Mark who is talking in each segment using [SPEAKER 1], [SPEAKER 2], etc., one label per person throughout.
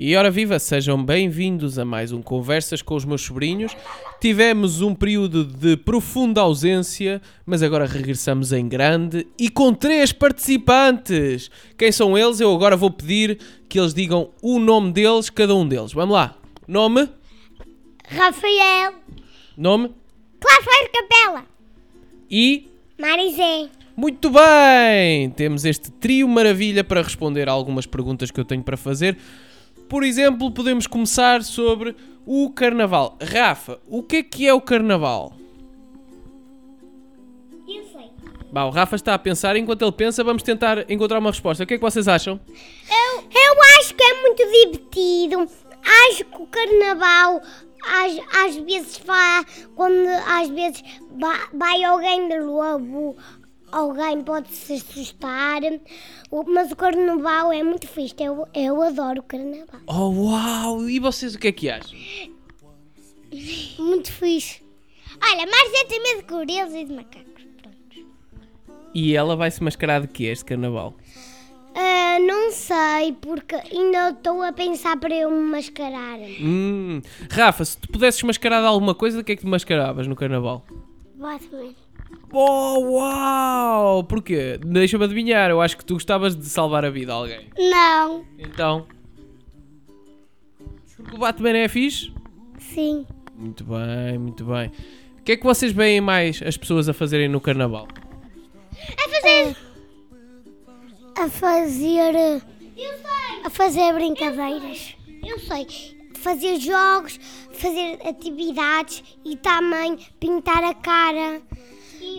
[SPEAKER 1] E ora viva, sejam bem-vindos a mais um Conversas com os meus sobrinhos. Tivemos um período de profunda ausência, mas agora regressamos em grande e com três participantes. Quem são eles? Eu agora vou pedir que eles digam o nome deles, cada um deles. Vamos lá. Nome?
[SPEAKER 2] Rafael,
[SPEAKER 1] Nome
[SPEAKER 2] Cláudio Capela,
[SPEAKER 1] e
[SPEAKER 2] Marizé,
[SPEAKER 1] Muito bem! Temos este trio maravilha para responder a algumas perguntas que eu tenho para fazer. Por exemplo, podemos começar sobre o carnaval. Rafa, o que é que é o carnaval?
[SPEAKER 2] Eu sei.
[SPEAKER 1] Bah, o Rafa está a pensar, enquanto ele pensa, vamos tentar encontrar uma resposta. O que é que vocês acham?
[SPEAKER 2] Eu, acho que é muito divertido. Acho que o carnaval às, às vezes vai, quando às vezes vai, vai alguém de lobo, alguém pode se assustar. O- Mas o carnaval é muito fixe. Eu, eu adoro o carnaval.
[SPEAKER 1] Oh, uau! E vocês o que é que acham?
[SPEAKER 2] Muito fixe. Olha, Marizé tem medo de coreus e de macacos. Pronto.
[SPEAKER 1] E ela vai se mascarar de que este carnaval?
[SPEAKER 2] Ah, não sei, porque ainda estou a pensar para eu me mascarar.
[SPEAKER 1] Hum. Rafa, se tu pudesses mascarar de alguma coisa, o que é que te mascaravas no carnaval?
[SPEAKER 2] Batman.
[SPEAKER 1] Oh, uau! Porquê? Deixa-me adivinhar, eu acho que tu gostavas de salvar a vida a alguém.
[SPEAKER 2] Não.
[SPEAKER 1] Então. Porque o Batman é fixe?
[SPEAKER 2] Sim.
[SPEAKER 1] Muito bem, muito bem. O que é que vocês veem mais as pessoas a fazerem no carnaval?
[SPEAKER 2] A fazer. A fazer. eh, A fazer brincadeiras. Eu sei. Fazer jogos, fazer atividades e também pintar a cara.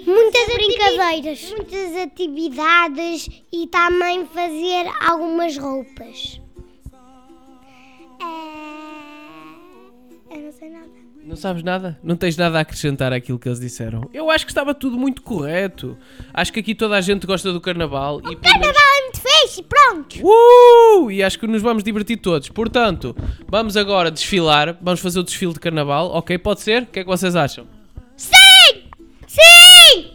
[SPEAKER 2] Muitas brincadeiras. Muitas atividades e também fazer algumas roupas. É... Eu não sei nada.
[SPEAKER 1] Não sabes nada? Não tens nada a acrescentar àquilo que eles disseram? Eu acho que estava tudo muito correto. Acho que aqui toda a gente gosta do carnaval e pelo menos-
[SPEAKER 2] Carnaval é muito fixe, pronto.
[SPEAKER 1] Uh! E acho que nos vamos divertir todos. Portanto, vamos agora desfilar. Vamos fazer o desfile de carnaval, ok? Pode ser? O que é que vocês acham?
[SPEAKER 2] Sim! Sim!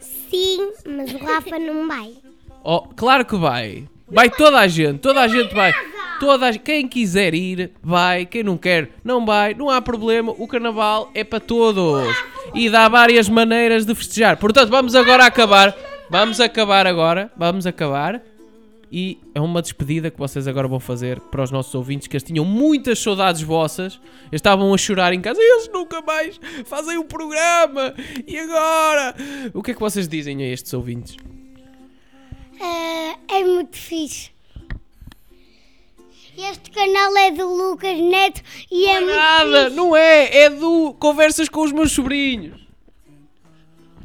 [SPEAKER 2] Sim, mas o Rafa não vai.
[SPEAKER 1] Oh, claro que vai. Vai toda a gente, toda a gente vai. Toda a, quem quiser ir, vai. Quem não quer, não vai. Não há problema. O carnaval é para todos. E dá várias maneiras de festejar. Portanto, vamos agora acabar. Vamos acabar agora. Vamos acabar. E é uma despedida que vocês agora vão fazer para os nossos ouvintes que eles tinham muitas saudades vossas. Eles estavam a chorar em casa. Eles nunca mais fazem o programa. E agora? O que é que vocês dizem a estes ouvintes?
[SPEAKER 2] é muito fixe. Este canal é do Lucas Neto e é muito.
[SPEAKER 1] Nada, não é, é do Conversas com os meus sobrinhos.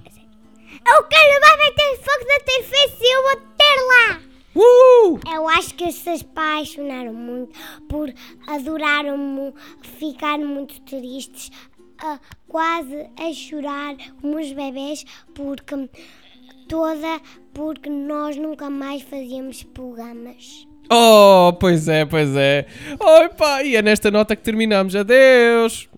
[SPEAKER 2] É O carnaval vai ter fogo da TV e eu vou ter lá!
[SPEAKER 1] Uh!
[SPEAKER 2] Eu acho que se apaixonaram muito por adoraram mu- ficaram muito tristes, ah, quase a chorar como os bebés, porque toda porque nós nunca mais fazíamos programas.
[SPEAKER 1] Oh, pois é, pois é. Oi, pá, e é nesta nota que terminamos. Adeus.